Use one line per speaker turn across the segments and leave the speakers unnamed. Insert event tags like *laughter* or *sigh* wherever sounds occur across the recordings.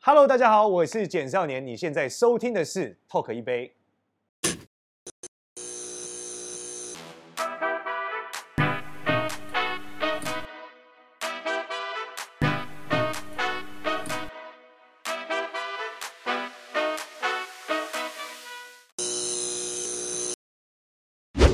Hello，大家好，我是简少年，你现在收听的是 Talk 一杯。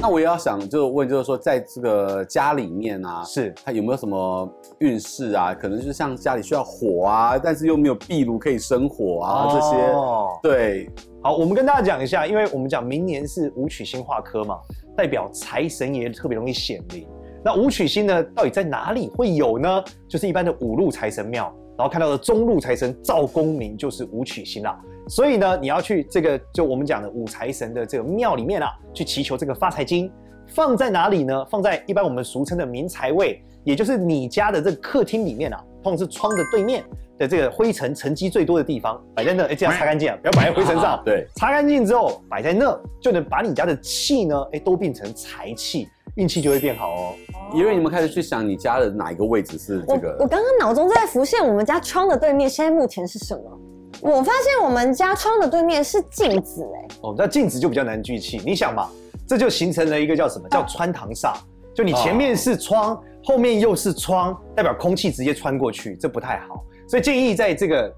那我也要想，就是问，就是说，在这个家里面啊，
是
它有没有什么运势啊？可能就是像家里需要火啊，但是又没有壁炉可以生火啊，这些。
哦
对，
好，我们跟大家讲一下，因为我们讲明年是武曲星化科嘛，代表财神爷特别容易显灵。那武曲星呢，到底在哪里会有呢？就是一般的五路财神庙，然后看到的中路财神赵公明就是武曲星啦。所以呢，你要去这个就我们讲的五财神的这个庙里面啊，去祈求这个发财金。放在哪里呢？放在一般我们俗称的明财位，也就是你家的这个客厅里面啊，通常是窗的对面的这个灰尘沉积最多的地方，摆在那，哎、这样擦干净啊，不要摆在灰尘上。
对，
擦干净之后摆在那，就能把你家的气呢，哎，都变成财气，运气就会变好哦。
因为你们开始去想你家的哪一个位置是这
我我
个，
刚刚脑中在浮现我们家窗的对面，现在目前是什么？我发现我们家窗的对面是镜子、哎，
哦，那镜子就比较难聚气。你想嘛，这就形成了一个叫什么叫穿堂煞，就你前面是窗，后面又是窗，代表空气直接穿过去，这不太好。所以建议在这个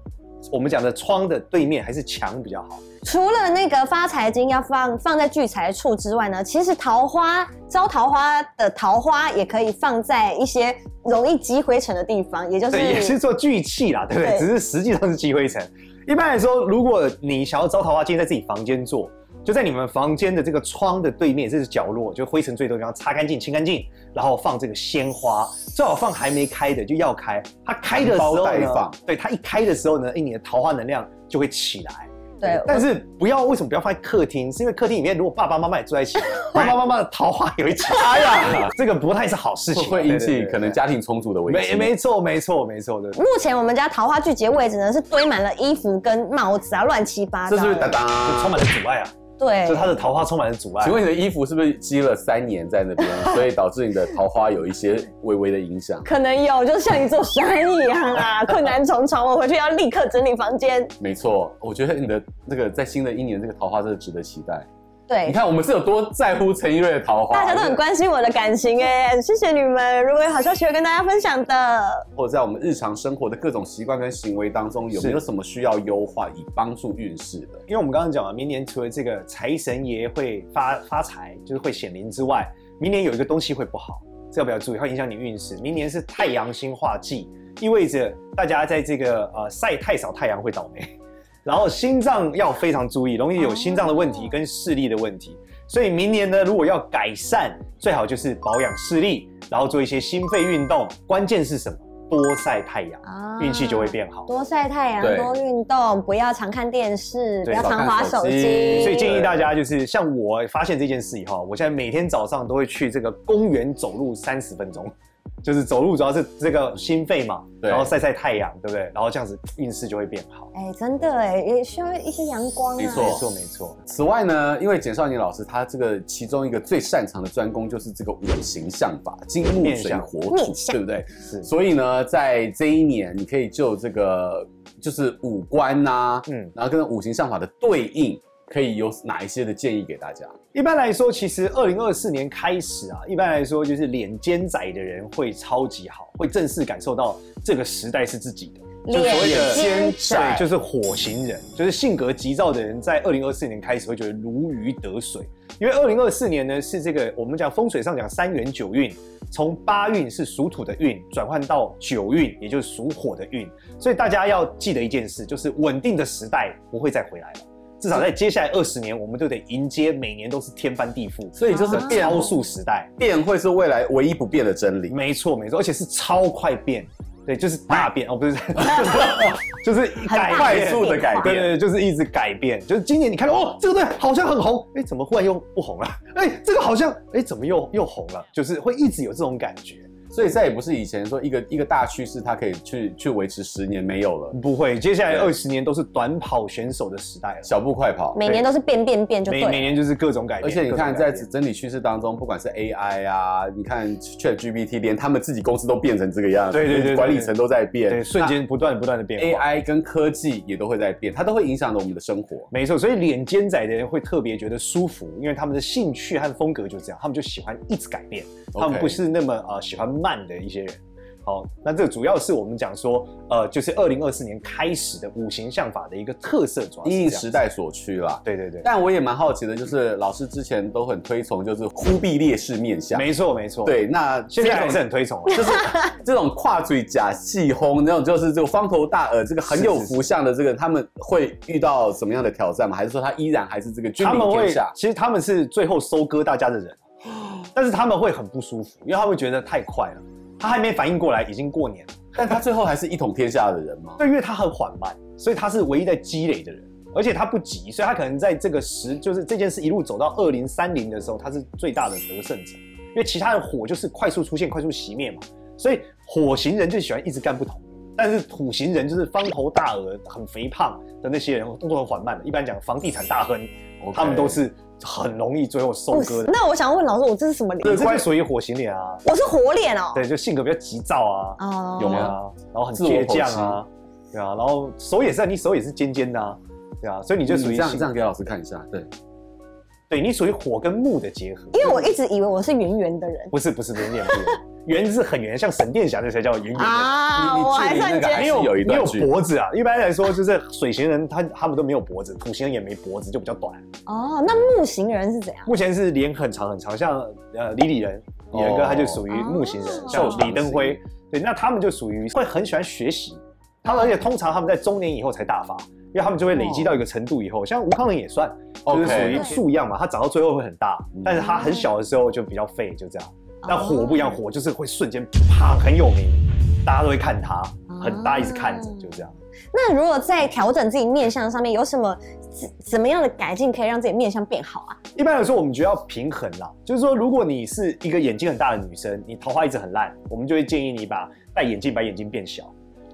我们讲的窗的对面还是墙比较好。
除了那个发财金要放放在聚财处之外呢，其实桃花招桃花的桃花也可以放在一些容易积灰尘的地方，也就是
对，也是做聚气啦，对不对？
对
只是实际上是积灰尘。一般来说，如果你想要招桃花，建议在自己房间做，就在你们房间的这个窗的对面，这是角落，就灰尘最多的地方，擦干净、清干净，然后放这个鲜花，最好放还没开的，就要开。它开的时候
含苞待
呢
放，
对它一开的时候呢，哎，你的桃花能量就会起来。
对。
但是不要为什么不要放在客厅？是因为客厅里面如果爸爸妈妈也住在一
*laughs*
起，爸爸妈妈的桃花也会起来。哎呀， *laughs* 这个不太是好事
会
情，
会引
对对
起
对
可能家庭冲突的危
没
机。
没错没错没错对。
目前我们家桃花聚集的位置呢，是堆满了衣服跟帽子啊，乱七八糟
这
的。
是不是哒
就充
哒？
满了阻碍啊，
对
就，他的桃花充满了阻碍。
请问你的衣服是不是积了三年在那边，所以导致你的桃花有一些微微的影响？
可能有，就像一座山一样
*laughs*
啊，困难重重。我回去要立刻整理房间。
没错，我觉得你的那个在新的一年，这个桃花真的值得期待。
对
你，看我们是有多在乎陈一瑞的
哦
桃花，
哎大家都很关心我的感情哎、谢谢你们。如果有好消息会跟大家分享的，
或者在我们日常生活的各种习惯跟行为当中，有没有什么需要优化以帮助运势的？
因为我们刚刚讲了，明年除了这个财神爷会发发财，就是会显灵之外，明年有一个东西会不好，这要不要注意？它会影响你运势。明年是太阳星化忌，意味着大家在这个呃晒太少太阳会倒霉， *laughs* 然后心脏要非常注意，容易有心脏的问
哦
题跟视力的问题。所以明年呢，如果要改善，最好就是保养视力，然后做一些心肺运动。关键是什么？多晒太阳，
啊
运气就会。变好。
多晒太阳，
对
多运动，不要常看电视，不
对
要常划手机。
所以建议
对
大家就是，像我发现这件事以后，我现在每天早上都会去这个公园走路三十分钟，就是走路主要是这个心肺嘛，
对
然后晒晒太阳，对不对？然后这样子运势就会变好。
哎、真的哎、也需要一些阳光啊。
没
没
错
错没错，
此外呢，因为简少年老师他这个其中一个最擅长的专攻就是这个五行相法，金木
面
水
相
火
面
土，
相
对不对？
是
所以呢，在这一年，你可以就这个就是五官呐、
嗯。
然后跟五行相法的对应，可以有哪一些的建议给大家？
一般来说，其实二零二四年开始啊，一般来说就是脸尖窄的人会超级好，会正式感受到这个时代是自己的。就所谓的
脸
对，
尖窄，
就是火型人，就是性格急躁的人，在二零二四年开始会觉得如鱼得水，因为二零二四年呢是这个我们讲风水上讲三元九运，从八运是属土的运转换到九运，也就是属火的运，所以大家要记得一件事，就是稳定的时代不会再回来了，至少在接下来二十年，我们都得迎接每年都是天翻地覆，
所以就是
啊
变
超速时代。
变会是未来唯一不变的真理。
没错，没错，而且是超快变，对，就是大变哦，不是，就是改
很
快速的改
对
变，
对对，就是一直改变。就是今年你看到哦，这个队好像很红，哎，怎么忽然又不红了？哎，这个好像哎，怎么又又红了？就是会一直有这种感觉。
所以再也不是以前说一个一个大趋势，它可以去去维持十年没有了，
不会，接下来
对
二十年都是短跑选手的时代了。
小步快跑。
每年都是变变变就对
每每
了。
年就是各种改变，
而且你
各
看，
种改
在
变
整体趋势当中，不管是 AI 啊，你看 ChatGPT，连他们自己公司都变成这个样子，
对对对对
管理层都在变，
对瞬间不断不断的
那
变化。
AI 跟科技也都会在变，它都会影响着我们的生活。
没错，所以脸尖仔的人会特别觉得舒服，因为他们的兴趣和风格就这样，他们就喜欢一直改变，他们
OK
不是那么呃喜欢慢的一些人。好，那这主要是我们讲说，呃，就是二零二四年开始的五行相法的一个特色，主要是
因应
这样
时。代所趋啦。
对对对，
但我也蛮好奇的，就是老师之前都很推崇就是忽必烈式面相，
没错没错。，
对，那
现在还
这
是
种
很推崇啊。
就是
*laughs*
这种跨嘴假细轰那种，就是这个方头大耳，这个很有
是是是
福相的这个，他们会遇到什么样的挑战吗？还是说他依然还是这个 *laughs* 君
他
临
们
天
会
下，？
其实他们是最后收割大家的人，啊但是他们会很不舒服，因为他们觉得太快了，他还没反应过来，已经过年了。
但他最后还是一统天下的人吗？
对，因为他很缓慢，所以他是唯一在积累的人，而且他不急，所以他可能在这个时，就是这件事一路走到二零三零的时候，他是最大的得胜者，因为其他的火就是快速出现、快速熄灭嘛，所以火型人就喜欢一直干不同。但是土型人就是方头大耳、很肥胖的那些人，动作很缓慢的。一般讲房地产大亨
OK
他们都是很容易最后收
不
割
是
的。
那我想问老师，我这是什么
对，
脸？
这就属于火型脸啊，
我是活脸哦。
对，就性格比较急躁啊，
哦
有
对
吗
啊，然后很
自我
倔
剖
强
析
啊，对啊，然后手也是啊，你手也是尖尖的啊，对啊，所以你
嗯你
就属于
这样
性
这样给老师看一下，对，
对你属于火跟木的结合，
因为我一直以为我是圆圆的人
不是不是不是念不一样圆是很圆，像沈殿霞那才叫圆圆的。
啊，
你你
我还
距离那
算
个
觉
还
你
得
是
有
有一
你
段
有
距
脖子啊，一般来说就是水型人他他们都没有脖子，土型人也没脖子，就比较短。
哦。那木型人是怎样？
目前是脸很长很长，像呃李李仁，
哦
李仁哥他就属于木型人，
哦
像李登辉，对，那他们就属于会很喜欢学习，他们而且通常他们在中年以后才大发，因为他们就会累积到一个程度以
嗯
后，像吴康仁也算，就是属
OK
于树一样嘛，他长到最后会很大
嗯，
但是他很小的时候就比较废，就这样。那
哦
火不一样，火就是会瞬间啪很有名，大家都会看他，很大
哦
一直看着，就这样。
那如果在调整自己面相上面，有什么怎怎么样的改进可以让自己面相变好啊？
一般来说，我们觉得要平衡啦，就是说，如果你是一个眼睛很大的女生，你桃花一直很烂，我们就会建议你把戴眼镜把眼睛变小，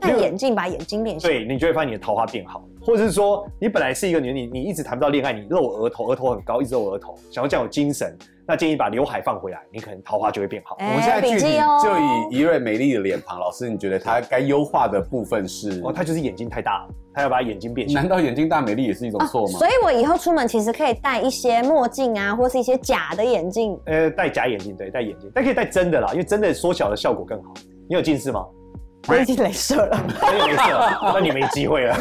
戴眼镜把眼睛变小。啊
对你就会发现你的桃花变好，或者是说，你本来是一个女人，你你一直谈不到恋爱，你露额头，额头很高，一直露额头，想要这样有精神，那建议把刘海放回来，你可能桃花就会变好。
哎
我们现在距
笔
离
记哦
就以一位美丽的脸庞，老师，你觉得她该优化的部分是？
哦，她就是眼睛太大了，她要把眼睛变小
难。道眼睛大美丽也是一种错
哦
吗？
所以我以后出门其实可以戴一些墨镜啊，或是一些假的眼镜。
呃，戴假眼镜，对，戴眼镜，但可以戴真的啦，因为真的缩小的效果更好。你有近视吗？
我已经镭射了，
那你没事了，那你没机会了。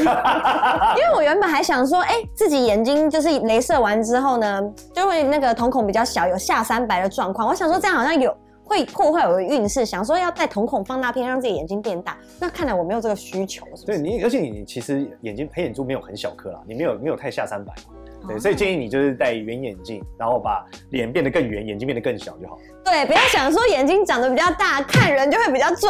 因为我原本还想说，哎、自己眼睛就是镭射完之后呢，就会那个瞳孔比较小，有下三白的状况。我想说这样好像有会破坏我的运势，想说要戴瞳孔放大片让自己眼睛变大。那看来我没有这个需求，是不
对
是？
你，而且你其实眼睛黑眼珠没有很小颗啦，你没有没有太下三百，对，
哦
所以建议你就是戴圆眼镜，然后把脸变得更圆，眼睛变得更小就好。
对，不要想说眼睛长得比较大，看人就会比较准，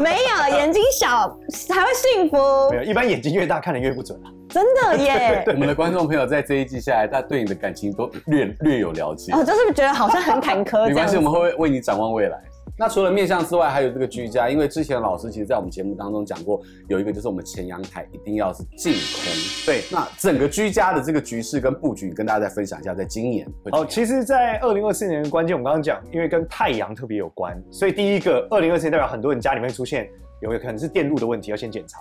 没
*laughs*
有眼睛小才会幸福，
没有，一般眼睛越大看得越不准啊。
真的
*laughs*
耶。
我们的观众朋友在这一季下来，他对你的感情都略略有了解。
哦，就是觉得好像很坎坷
没
这样
关系，
子
我。们会为你展望未来。那除了面相之外，还有这个居家，因为之前老师其实在我们节目当中讲过，有一个就是我们前阳台一定要是净空。
对，
那整个居家的这个局势跟布局，跟大家再分享一下，在今年会怎么
好，
样
其实，在二零二四年的关键，我们刚刚讲，因为跟太阳特别有关，所以第一个，二零二四年代表很多人家里面出现有可能是电路的问题，要先检查。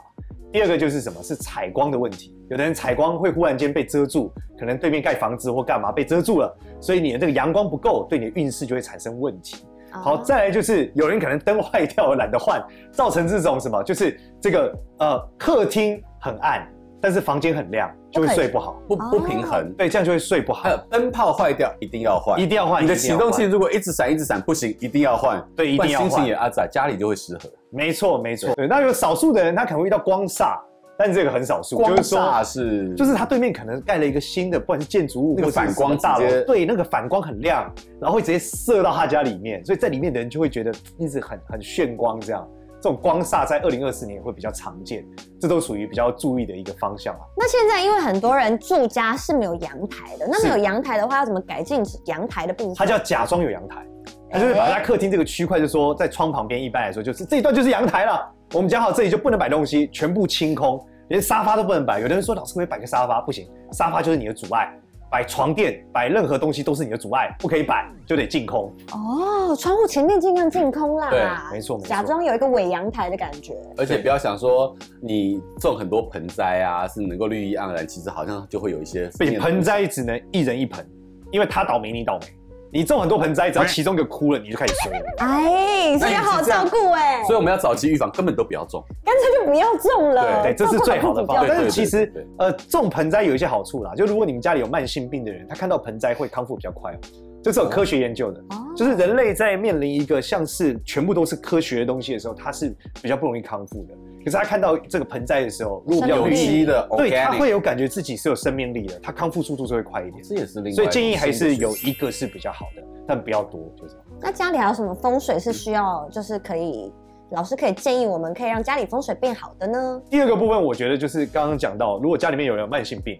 第二个就是什么是采光的问题，有的人采光会忽然间被遮住，可能对面盖房子或干嘛被遮住了，所以你的这个阳光不够，对你的运势就会产生问题。好，
哦
再来就是有人可能灯坏掉了，懒得换，造成这种什么，就是这个呃客厅很暗，但是房间很亮，就会
OK
睡不好。
不不平衡。
对，这样就会睡不好
还。有灯泡坏掉一定要换，
一定要换
你的
一定
启
要
动
换
器如果一直闪一直闪不行，一定要换。
对一定要
不然心情
换
也阿杂，家里就会失衡。
没错，没错。对，那有少数的人他可能会遇到光煞，但这个很少数，
光
就是
煞
说，
是
就是他对面可能盖了一个新的，不管是建筑物
嗯那个
或是
反光
什么大
直接
楼，对，那个反光很亮，然后会直接射到他家里面，所以在里面的人就会觉得一直很很眩光这样。这种光煞在二零二四年会比较常见，这都属于比较注意的一个方向啊。
那现在因为很多人住家是没有阳台的，那
是
没有阳台的话，要怎么改进阳台的部分？
它叫假装有阳台，他就是
哎
把它客厅这个区块，就说在窗旁边，一般来说就是这一段就是阳台了。我们讲好这里就不能摆东西，全部清空，连沙发都不能摆。有的人说老师可不可以摆个沙发，不行，沙发就是你的阻碍。摆床垫、摆任何东西都是你的阻碍，不可以摆，就得净空。
哦，窗户前面尽量净空啦，
对
没错没错
啊假装有一个伪阳台的感觉。
而且不要想说你种很多盆栽啊，是能够绿意盎然，其实好像就会有一些负面
被
的
盆栽只能一人一盆，因为他倒霉你倒霉。你种很多盆栽，只要其中一个枯了，你就开始衰。
哎，所以要好好照顾哎，
所以我们要早期预防，根本都不要种。
干脆就不要种了。
呃对，这是最好的方法。
对
但
对
是其实
对对对
呃，种盆栽有一些好处啦，就如果你们家里有慢性病的人，他看到盆栽会康复比较快哦，这是有科学研究的。
哦
就是人类在面临一个像是全部都是科学的东西的时候，他是比较不容易康复的。可是他看到这个盆栽的时候，如果比较
生
有
命
绿，
机的
对他
organic
会有感觉自己是有生命力的，他康复速度就会快一点。
这也是另外一种
所以建议还
新的
是有一个是比较好的，但不要多，就这样。
那家里还有什么风水是需要，就是可以老师可以建议我们可以让家里风水变好的呢？
第二个部分，我觉得就是刚刚讲到，如果家里面有人有慢性病，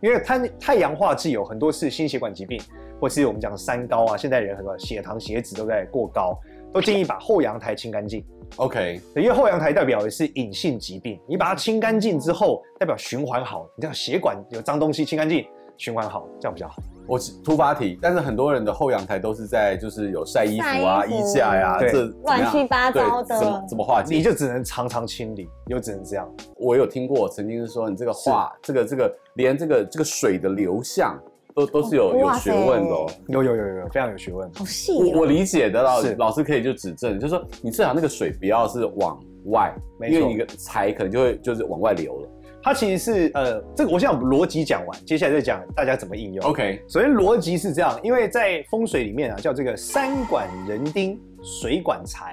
因为太太阳化剂有很多是心血管疾病，或是我们讲的三高啊，现在人很多血糖、血脂都在过高，都建议把后阳台清干净。
OK，
对因为后阳台代表的是隐性疾病，你把它清干净之后，代表循环好，你这样血管有脏东西清干净，循环好，这样比较好。
我突发题，但是很多人的后阳台都是在就是有晒衣服啊、
晒衣
衣
服
架呀、
对
这怎么样
乱七八糟的
对怎么怎么化解？
你就只能常常清理，又只能这样。
我有听过，曾经是说你这个画，这个这个连这个这个水的流向都都是有有
哇塞
学问的、哦。
有有有有有，非常有学问。
好细
我我
哦，
理解的老
是
老师可以就指正，就是说你最好那个水不要是往外，
没错
因为你的财可能就会就是往外流了。
它其实是呃，这个我现在逻辑讲完，接下来再讲大家怎么应用。
OK，
首先逻辑是这样，因为在风水里面啊，叫这个山管人丁，水管财。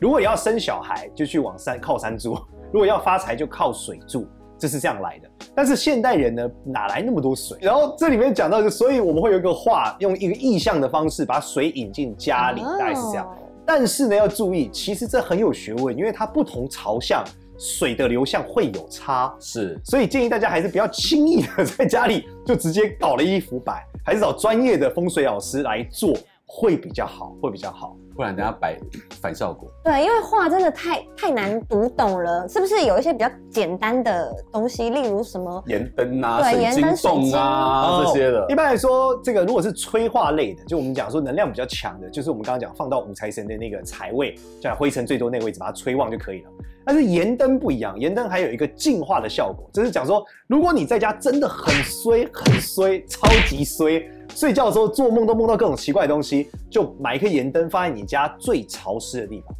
如果要生小孩，就去往山靠山住；如果要发财，就靠水住。这是这样来的。但是现代人呢，哪来那么多水？然后这里面讲到就，所以我们会有一个话，用一个意象的方式把水引进家里，大概是这样。
哦。
但是呢，要注意，其实这很有学问，因为它不同朝向水的流向会有差。
是
所以建议大家还是不要轻易的 *laughs* 在家里就直接搞了衣服摆，还是找专业的风水老师来做会比较好，会比较好。
不然等下摆反效果。
对，因为画真的太太难读懂了，是不是有一些比较简单的东西，例如什么？
盐灯啊、
对
水
盐
晶
灯
洞啊
哦
这些的
一，般来说，这个如果是催化类的，就我们讲说能量比较强的，就是我们刚刚讲放到五财神的那个财位，像灰尘最多那个位置，把它催旺就可以了。但是盐灯不一样，盐灯还有一个净化的效果，就是讲说，如果你在家真的很衰、很衰、超级衰，睡觉的时候做梦都梦到各种奇怪的东西，就买一颗盐灯放在你家最潮湿的地方，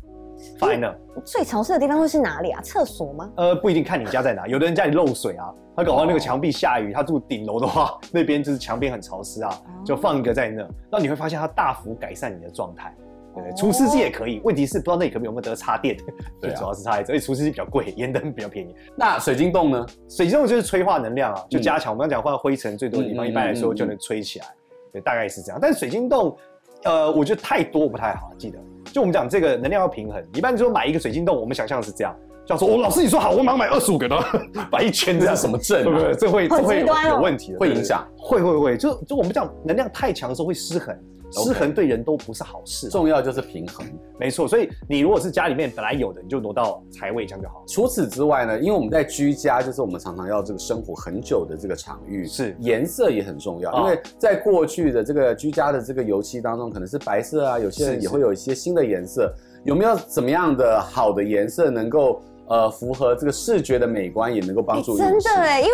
放在那。
最潮湿的地方会是哪里啊？厕所吗？
呃，不一定看你家在哪，有的人家里漏水啊，他搞到那个墙壁下雨，他住顶楼的话，那边就是墙边很潮湿啊，
哦
就放一个在那，那你会发现它大幅改善你的状态。对不对，
哦
呃除湿机也可以，问题是不知道那里可不可以有没有得插电，最
对啊
主要是插在这，而且除湿机比较贵，烟灯比较便宜。
那水晶洞呢？
水晶就是催化能量啊，就加强。我们刚讲换灰尘最多的地方，
嗯嗯
一般来说就能吹起来，对，大概是这样。但是水晶洞，呃，我觉得太多不太好，记得。就我们讲这个能量要平衡，一般就买一个水晶洞，我们想象是这样，就要说，哦，老师你说好，我马上买二十五个的，摆一圈这
*laughs* 这
样
是什么阵
对不
啊
对？？这会这
好
会
极端哦
有问题的，
会影响
对。对对会会会，就就我们讲能量太强的时候会失衡，
OK
失衡对人都不是好事。
重要就是平衡。
没错，所以你如果是家里面本来有的，你就挪到财位这样就好。
除此之外呢，因为我们在居家，就是我们常常要这个生活很久的这个场域，
是
颜色也很重要。
啊
因为在过去的这个居家的这个油漆当中，可能是白色啊，有些
是
人
是
也会有一些新的颜色。有没有怎么样的好的颜色能够呃符合这个视觉的美观，也能够帮助
真
运势
的哎，因为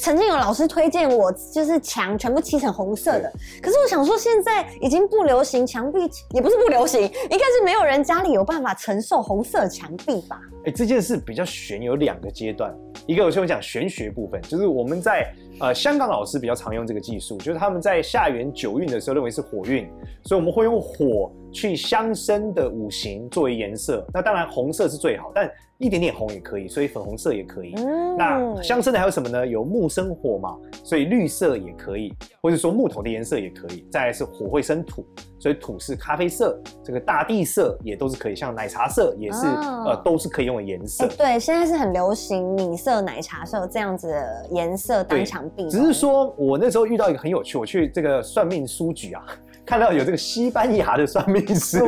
曾经有老师推荐我，就是墙全部漆成红色的。可是我想说，现在已经不流行墙壁，也不是不流行，应该是没有人家里有办法承受红色墙壁吧？
哎，这件事比较悬，有两个阶段，一个我先讲玄学部分，就是我们在呃香港老师比较常用这个技术，就是他们在下元九运的时候认为是火运，所以我们会用火去相生的五行作为颜色。那当然红色是最好，但一点点红也可以，所以粉红色也可以。
嗯，
那相生的还有什么呢？有木生火嘛，所以绿色也可以，或者说木头的颜色也可以。再来是火会生土，所以土是咖啡色，这个大地色也都是可以，像奶茶色也是、
哦
呃都是可以用的颜色
哎、。对，现在是很流行米色、奶茶色这样子的颜色当墙壁，
只是说我那时候遇到一个很有趣，我去这个算命书局啊， *laughs* 看到有这个西班牙的算命师，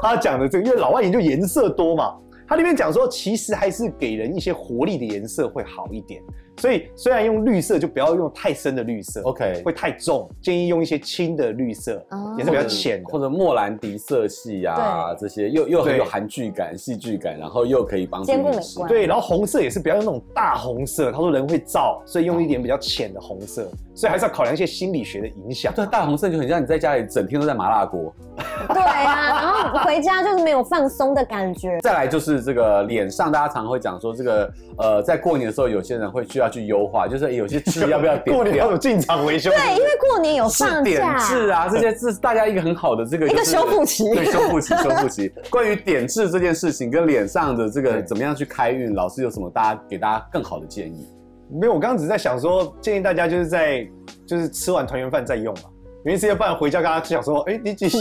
他讲的这个，因为老外研究颜色多嘛，他那边讲说，其实还是给人一些活力的颜色会好一点。所以虽然用绿色，就不要用太深的绿色
OK
会太重，建议用一些轻的绿色，
哦
*laughs* 颜色比较浅的
或。者莫兰迪色系啊，这些又又很
对
有韩剧感、戏剧感，然后又可以帮助
兼顾
饮
美
食
观
对，然后红色也是不要用那种大红色，他说人会燥，所以用一点比较浅的红色，所以还是要考量一些心理学的影响。
对，大红色就很像你在家里整天都在麻辣锅。
对啊，然后回家就是没有放松的感觉。
再来就是这个脸上，大家常会讲说这个呃，在过年的时候，有些人会需要去优化，就是哎诶有些痣
*laughs*
要不要
过
点
年要
掉
有。进场维修，
对，因为过年有
是
放
点
假，
痣啊，这些痣是大家一个很好的这个
一个
就是
修复期 *laughs*
对，修复期，修复期。关于点痣这件事情跟脸上的这个
对
怎么样去开运，老师有什么大家给大家更好的建议？
没有，我刚刚只是在想说，建议大家就是在就是吃完团圆饭再用嘛。原因是要不然回家跟他想说，哎、你几喜？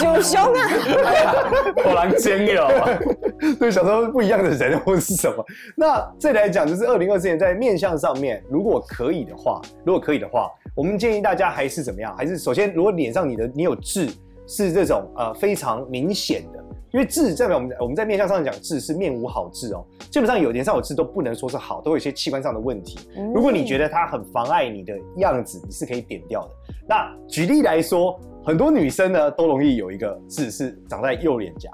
熊熊啊，
果然兼有，
*laughs* 对，想说不一样的人或是什么。那这来讲，就是二零二四年在面相上面，如果可以的话，如果可以的话，我们建议大家还是怎么样？还是首先，如果脸上你的你有痣是这种呃非常明显的，因为痣代表我们我们在面相上讲痣是面无好痣哦，基本上有脸上有痣都不能说是好，都有一些器官上的问题。 *laughs* 如果你觉
得
得它很妨碍你的样子，你是可以点掉的。那举例来说，很多女生呢都容易有一个痣是长在右脸颊，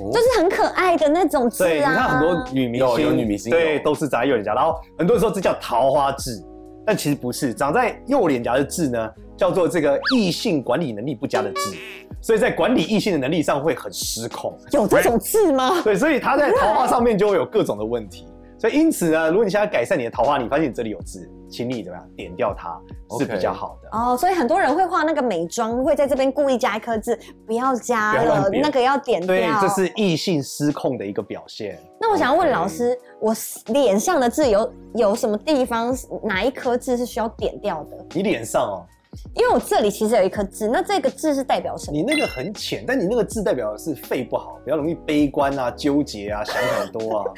哦
就是很可爱的那种痣啊，
对，你看很多女明
有
星，
有女明星
对，
有
都是长在右脸颊，然后很多人说这叫桃花痣，但其实不是，长在右脸颊的痣呢，叫做这个异性管理能力不佳的痣，所以在管理异性的能力上会很失控。
有这种痣吗？
对，所以它在桃花上面就会有各种的问题。所以因此呢，如果你想要改善你的桃花，你发现你这里有痣，请你怎么样点掉它是
OK
比较好的。
哦，所以很多人会画那个美妆，会在这边故意加一颗痣，不要加
不要
了
乱，点
那个要点掉。
对，这是异性失控的一个表现。
那我想问
OK
老师，我脸上的痣有有什么地方是哪一颗痣是需要点掉的？
你脸上哦，
因为我这里其实有一颗痣，那这个痣是代表什么？
你那个很浅，但你那个字代表的是肺不好，比较容易悲观啊、纠结啊、想很多啊。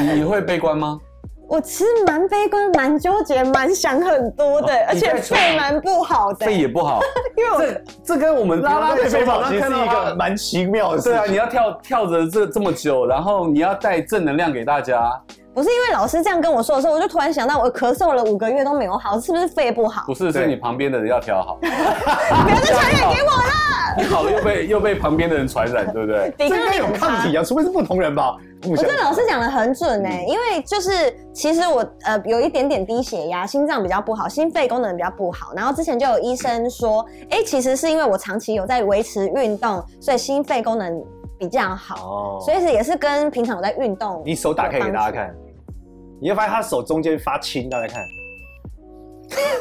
你你会悲观吗？
我其实蛮悲观、蛮纠结、蛮想很多的，
哦
而且
在说
肺蛮不好的，
肺也不好，
因为我
这跟我们
拉拉
平
队非
常在球场
常其实
上
是
看
一
到
个
他
蛮奇妙的事
对啊，
情。
你要跳跳着这这么久，然后你要带正能量给大家，
不是因为老师这样跟我说的时候，我就突然想到，我咳嗽了五个月都没有好，是不是肺不好
不？是
对
是你旁边的人要调好，
*laughs* 不要再传染给我了，
你好了又被又被旁边的人传染，对不对？
抵
这
抗
应
力
该有
很
抗
差。
体啊，嗯除非是不同人吧。我
我觉得老师讲的很准呢、因为就是其实我呃有一点点低血压，心脏比较不好，心肺功能比较不好。然后之前就有医生说，哎、其实是因为我长期有在维持运动，所以心肺功能比较好，
哦，
所以也是跟平常有在运动。
你手打开给大家看，你会发现他手中间发青，大家看， *laughs*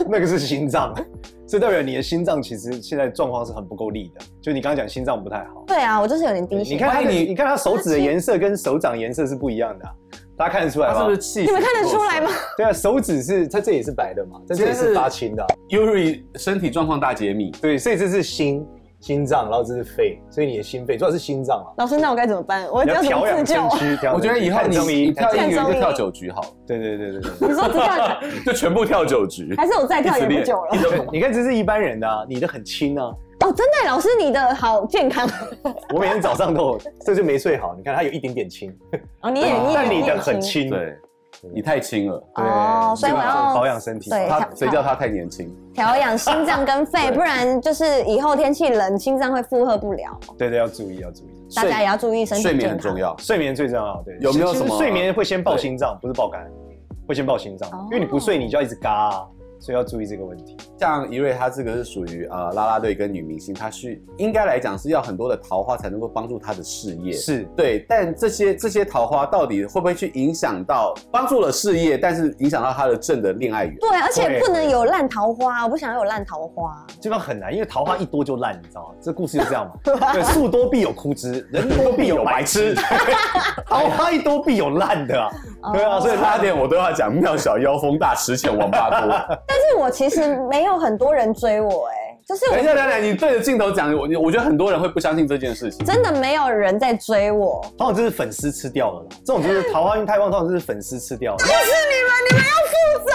那个是心脏，这代表你的心脏其实现在状况是很不够力的，就你刚刚讲心脏不太好。
对啊，我就是有点低血
你
压。
看他的，
万一你
你看他手指的颜色跟手掌颜色是不一样的啊、大家看得出来
他
吗？
是不是气？
你们看得出来吗？？
对啊，手指是它这也是白的嘛，但这也
这
是
是
发青的啊、
Yuri 身体状况大解密，
对，所以这是心心脏，然后这是肺，所以你的心肺主要是心脏啊。
老师，那我该怎么办？我
你
要
要
怎
调
么
养
自救？
身躯，调养
我觉得
身躯
以后
看
你
中医
你跳
看
一
中
局
医
就跳九局好了，
对对对对 *laughs* 对。
*laughs* 你说这样，
就全部跳九局。
还是我再跳
一直
也不
练
久了？
对你看，这是一般人的、啊，你的很轻啊。
哦，真的，老师你的好健康，
我每天早上都有， *laughs* 这就没睡好。你看，它有一点点轻，
哦，你也你也
但嗯你的
年
很
轻
轻。
对，你太轻了，
对
哦，所以我
这个
要
保养身体
对，
他
调
谁叫他太年轻？
调养心脏跟肺，不然就是以后天气冷，心脏会负荷不了。
对对，要注意要注意，
大家也要注意身体
睡眠
健
很
康
重。要。
睡眠最重要。对，
有没有
其实
什么
睡眠会先报心脏，不是报肝，会先报心脏
哦，
因为你不睡你就要一直嘎、啊，所以要注意这个问题。
像一瑞，她这个是属于呃啦啦队跟女明星，她是应该来讲是要很多的桃花才能够帮助她的事业。
是
对，但这些这些桃花到底会不会去影响到帮助了事业，但是影响到她的正的恋爱缘？
对，而且
对
不能有烂桃花，我不想有烂桃花。
这方很难，因为桃花一多就烂，你知道吗？这故事就这样嘛。 *laughs* 对，树多必有枯枝，人多必有白 *laughs* 痴。桃花一多必有烂的啊，对啊，所以
差
他
点我都要讲庙小妖风大池浅王八
*laughs*
锅。
但是我其实没有很多人追我，哎，就是
等一下，
我
等一下，你对着镜头讲，我我觉得很多人会不相信这件事情。
真的没有人在追我。
通常就是粉丝吃掉了啦。这种就是桃花运太旺，通常就是粉丝吃掉了。
是你们，你们要负。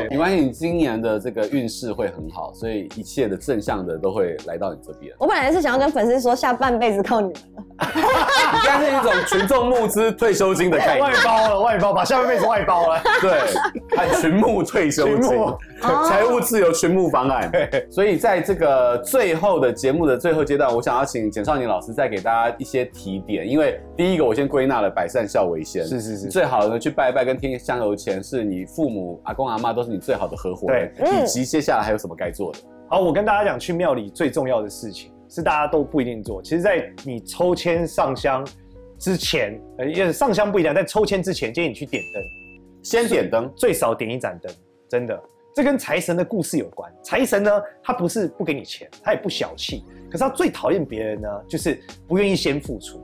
对没关系，你今年的这个运势会很好，所以一切的正向的都会来到你这边
我本来是想要跟粉丝说下半辈子靠你们，
应该是一种群众募资退休金的概
*laughs* 外
念，
包了，外包，把下半辈子外包了。
*laughs* 对，和群募退休金
群募，哦
哦
财务自由群募方案。
对
所以在这个最后的节目的最后阶段，我想要请简少年老师再给大家一些提点，因为第一个我先归纳了百善孝为先，
*laughs* 是是是
最好呢去拜拜跟添香油钱是你父母阿公阿妈都是你最好的合伙人，
对嗯
以及接下来还有什么该做的？
好，我跟大家讲，去庙里最重要的事情是大家都不一定做。其实，在你抽签上香之前，呃，也上香不一样，在抽签之前，建议你去点灯，
先点灯，
最少点一盏灯，真的。这跟财神的故事有关。财神呢，他不是不给你钱，他也不小气，可是他最讨厌别人呢，就是不愿意先付出，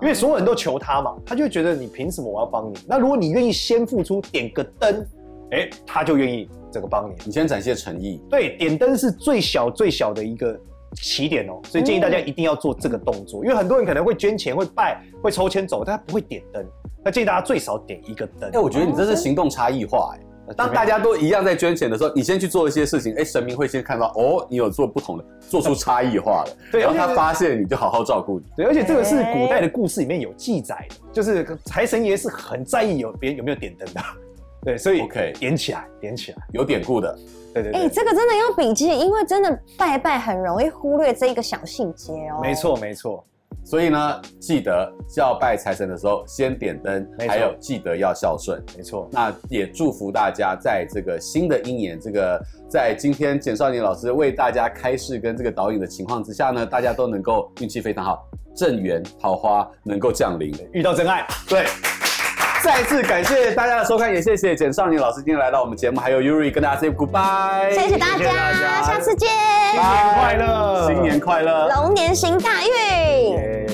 因为所有人都求他嘛，他就会觉得你凭什么我要帮你？那如果你愿意先付出，点个灯，哎，他就愿意这个帮你了。
你先展现诚意。
对，点灯是最小最小的一个起点哦，所以建议大家一定要做这个动作，因为很多人可能会捐钱、会拜、会抽签走，但他不会点灯。那建议大家最少点一个灯。
哎、我觉得你
哦
这是行动差异化、哎。当大家都一样在捐钱的时候，你先去做一些事情，哎、神明会先看到，哦，你有做不同的，做出差异化了，
对
然后
而且
他发现你就好好照顾你。
对，而且这个是古代的故事里面有记载的，就是财神爷是很在意有别人有没有点灯的。 *laughs* 对，所以
OK
点起来，点起来。
有典故的，
对对
哎、
对，
这个真的要笔记，因为真的拜拜很容易忽略这一个小细节哦。
没，错没错，
所以呢，记得要拜财神的时候先点灯，
没错
还有记得要孝顺。
没错。
那也祝福大家在这个新的一年，这个在今天简少年老师为大家开示跟这个导引的情况之下呢，大家都能够运气非常好，正缘桃花能够降临。
遇到真爱，
对，再次感谢大家的收看，也谢谢简少年老师今天来到我们节目，还有 Yuri 跟大家 say goodbye，
谢谢大
谢谢大
家，
家
下次见，
新年快乐
新年快乐，
龙年行大运。
耶